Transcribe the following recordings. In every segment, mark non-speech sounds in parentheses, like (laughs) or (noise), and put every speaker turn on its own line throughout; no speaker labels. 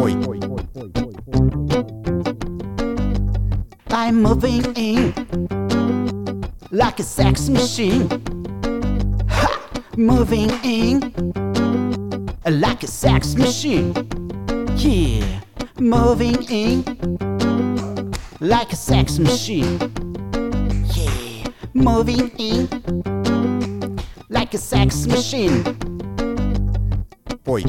Ой.
I'm moving in like a sex machine. Ha! Moving in like a sex machine. Yeah, moving in like a sex machine. Yeah, moving in like a sex machine.
Ой.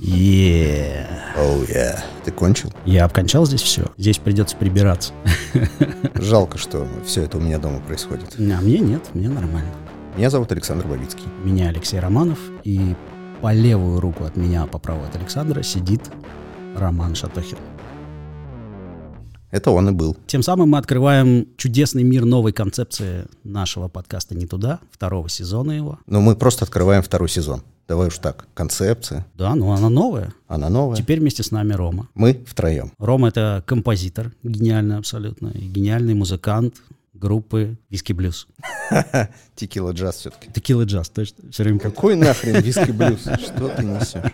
Е,
Оу, я. Ты кончил?
Я обкончал здесь все. Здесь придется прибираться.
Жалко, что все это у меня дома происходит.
А мне нет, мне нормально.
Меня зовут Александр Бабицкий.
Меня Алексей Романов, и по левую руку от меня, а по правую от Александра, сидит Роман Шатохин.
Это он и был.
Тем самым мы открываем чудесный мир новой концепции нашего подкаста «Не туда», второго сезона его.
Но мы просто открываем второй сезон. Давай уж так. Концепция.
Да, но она новая.
Она новая.
Теперь вместе с нами Рома.
Мы втроем.
Рома — это композитор, гениальный абсолютно, и гениальный музыкант группы «Виски Блюз».
Текила джаз все-таки.
Текила джаз, точно. Все время как...
Какой нахрен виски блюз? Что ты несешь?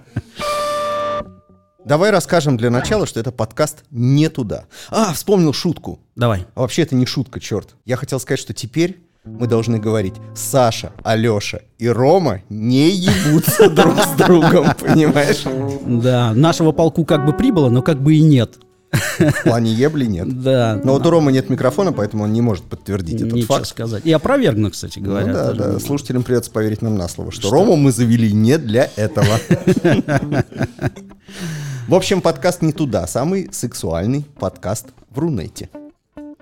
Давай расскажем для начала, что это подкаст не туда. А, вспомнил шутку.
Давай.
А вообще это не шутка, черт. Я хотел сказать, что теперь мы должны говорить Саша, Алеша и Рома не ебутся друг с другом, (laughs) понимаешь? В
Да, нашего полку как бы прибыло, но как бы и нет.
плане ебли нет.
Да.
Но вот у Ромы нет микрофона, поэтому он не может подтвердить этот
Ничего
факт.
сказать. И опровергну, кстати
Ну
говоря.
да,
тоже.
да. Слушателям придется поверить нам на слово, что, Рому мы завели не для (laughs) этого. В общем, подкаст не туда. Самый сексуальный подкаст в Рунете.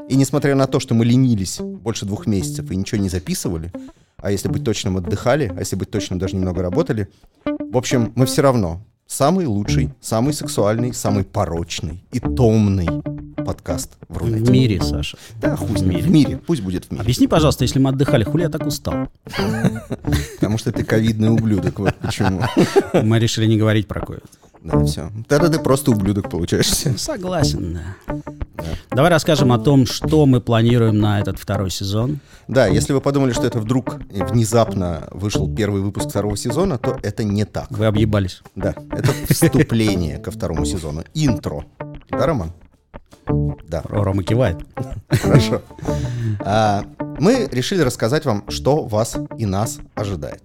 И несмотря на то, что мы ленились больше двух месяцев и ничего не записывали, а если быть точным, отдыхали, а если быть точным, даже немного работали, в общем, мы все равно самый лучший, самый сексуальный, самый порочный и томный подкаст в Рунете.
В мире, Саша.
Да, хуй с
в
ним.
мире.
В мире. Пусть будет в мире.
Объясни, пожалуйста, если мы отдыхали, хули я
(laughs)
так устал?
Потому что ты ковидный ублюдок, вот почему.
Мы решили не говорить про ковид.
Да, все. Тогда ты просто ублюдок получаешься.
Согласен, да. Давай расскажем о том, что мы планируем на этот второй сезон.
Да, если вы подумали, что это вдруг и внезапно вышел первый выпуск второго сезона, то это не так.
Вы объебались.
Да, это вступление ко второму сезону. Интро. Да, Роман? Да,
Ро- Рома кивает.
хорошо. А, мы решили рассказать вам, что вас и нас ожидает.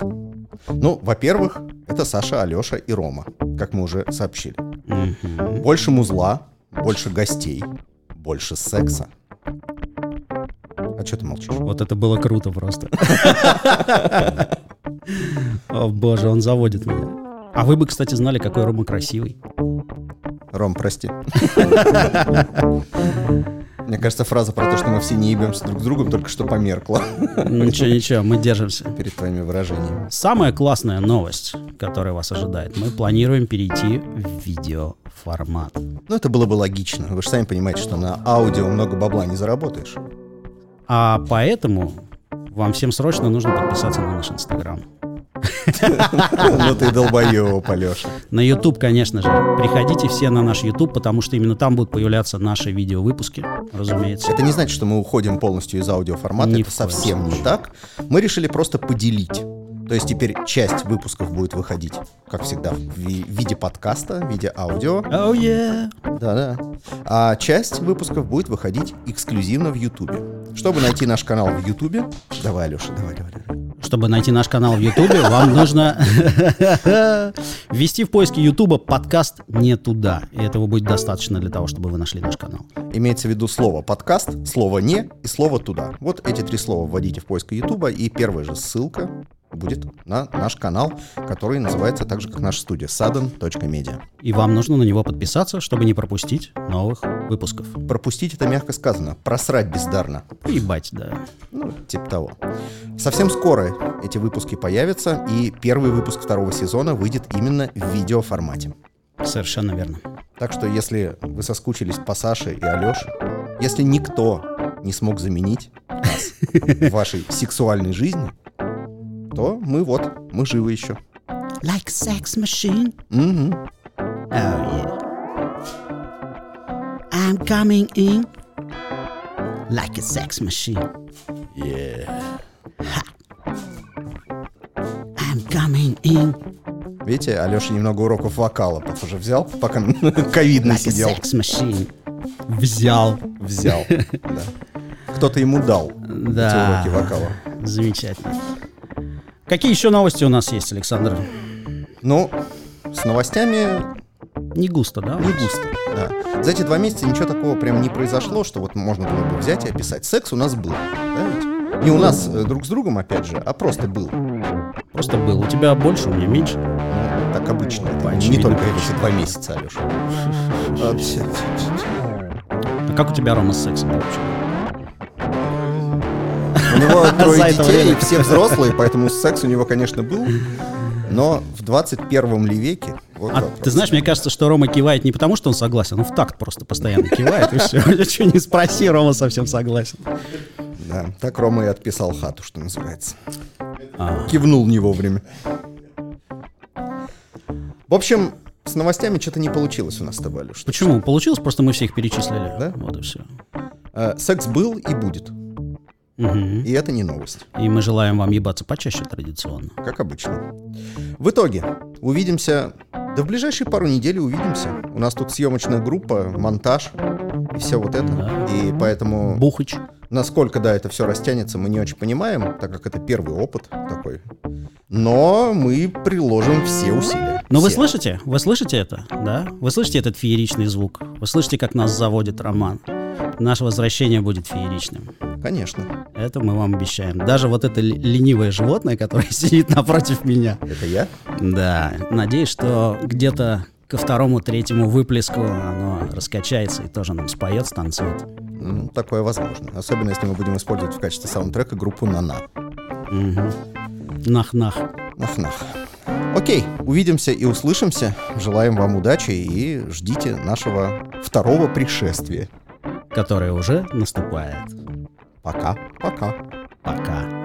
Ну, во-первых, это Саша, Алеша и Рома, как мы уже сообщили.
Мгм.
Больше музла, больше гостей, больше секса. А что ты молчишь?
Вот это было
(laughs)
круто просто. О боже, он заводит меня. А вы бы, кстати, знали, какой Рома красивый.
Ром, прости. Мне кажется, фраза про то, что мы все не ебемся друг с другом, только что померкла
Ничего, ничего, мы держимся.
перед твоими выражениями.
Самая классная новость, которая вас ожидает, мы планируем перейти в видеоформат.
Ну, это было бы логично. Вы же сами понимаете, что на аудио много бабла не заработаешь.
А поэтому вам всем срочно нужно подписаться на наш Инстаграм.
Ну ты долбоеб, Алеша.
На YouTube, конечно же. Приходите все на наш YouTube, потому что именно там будут появляться наши видеовыпуски, разумеется.
Это не значит, что мы уходим полностью из аудиоформата.
Ни
это
в коем
совсем не
случае.
так. Мы решили просто поделить. То есть теперь часть выпусков будет выходить, как всегда, в ви- виде подкаста, в виде аудио.
Оу, е!
Да-да. А часть выпусков будет выходить эксклюзивно в Ютубе. Чтобы найти наш канал в Ютубе... Давай, Алеша, давай, давай. давай.
Чтобы найти наш канал в Ютубе, вам нужно (laughs) ввести в поиске Ютуба подкаст «Не туда». И этого будет достаточно для того, чтобы вы нашли наш канал.
Имеется в виду слово «подкаст», слово «не» и слово «туда». Вот эти три слова вводите в поиск Ютуба, и первая же ссылка будет на наш канал, который называется так же, как наша студия, sudden.media.
И вам нужно на него подписаться, чтобы не пропустить новых выпусков.
Пропустить это мягко сказано, просрать бездарно.
Ебать, да.
Ну, типа того. Совсем скоро эти выпуски появятся, и первый выпуск второго сезона выйдет именно в видеоформате.
Совершенно верно.
Так что, если вы соскучились по Саше и Алёше, если никто не смог заменить нас в вашей сексуальной жизни, то мы вот, мы живы еще.
Like sex machine,
Мгм.
Э, Оу, е.
I'm coming in like a sex machine. I'm coming in
Видите, Алеша немного уроков вокала, похоже, взял, пока (laughs) ковидно
like a
сидел.
sex machine.
Взял.
Взял, да. Кто-то ему дал
Да.
эти уроки вокала.
Замечательно. Какие еще новости у нас есть, Александр?
Ну, с новостями
Не густо, да? Ну,
не густо, да. За эти два месяца ничего такого прям не произошло, что вот можно было бы взять и описать. Секс у нас был, да ведь? Не у нас э, друг с другом, опять же, а просто был.
Просто был. У тебя больше, у меня меньше.
Ну, так обычно. Это не
Очевидно,
только эти два месяца, (laughs) Алеша. Вообще.
А как у тебя, Рома, с сексом вообще?
У (laughs) него
За
трое
это
детей,
время.
и все взрослые, поэтому секс у него, конечно, был. Но в 21 ли веке... Вот
А
вопрос.
ты знаешь, мне кажется, что Рома кивает не потому, что он согласен, он в такт просто постоянно кивает, и все. Ничего не спроси, Рома совсем согласен.
Да, так Рома и отписал хату, что называется.
А.
Кивнул не вовремя. В общем, с новостями что-то не получилось у нас с тобой, Алеш.
Почему? Получилось, просто мы всех перечисляли.
Да?
Вот и все.
Э, секс был и будет. И это не новость,
И мы желаем вам ебаться почаще традиционно.
как обычно. В итоге, увидимся... Да в ближайшие пару недель и увидимся. У нас тут съемочная группа, монтаж и все вот это.
Да.
И поэтому...
Бухач.
Насколько, да, это все растянется, мы не очень понимаем, так как это первый опыт такой. Но мы приложим все усилия.
Но Ну, вы
Все.
слышите? Вы слышите это? Да? Вы слышите этот фееричный звук? Вы слышите, как нас заводит Роман? Наше возвращение будет фееричным.
Конечно.
Это мы вам обещаем. Даже вот это л- ленивое животное, которое (laughs) сидит напротив меня.
Это я?
Да, надеюсь, что где-то ко второму-третьему выплеску оно раскачается и тоже нам споет, станцует.
Ну, такое возможно. Особенно, если мы будем использовать в качестве саундтрека группу «Нана».
Нах-нах.
Нах-нах. Окей, увидимся и услышимся. Желаем вам удачи и ждите нашего второго пришествия.
Которое уже наступает.
Пока. Пока.
Пока.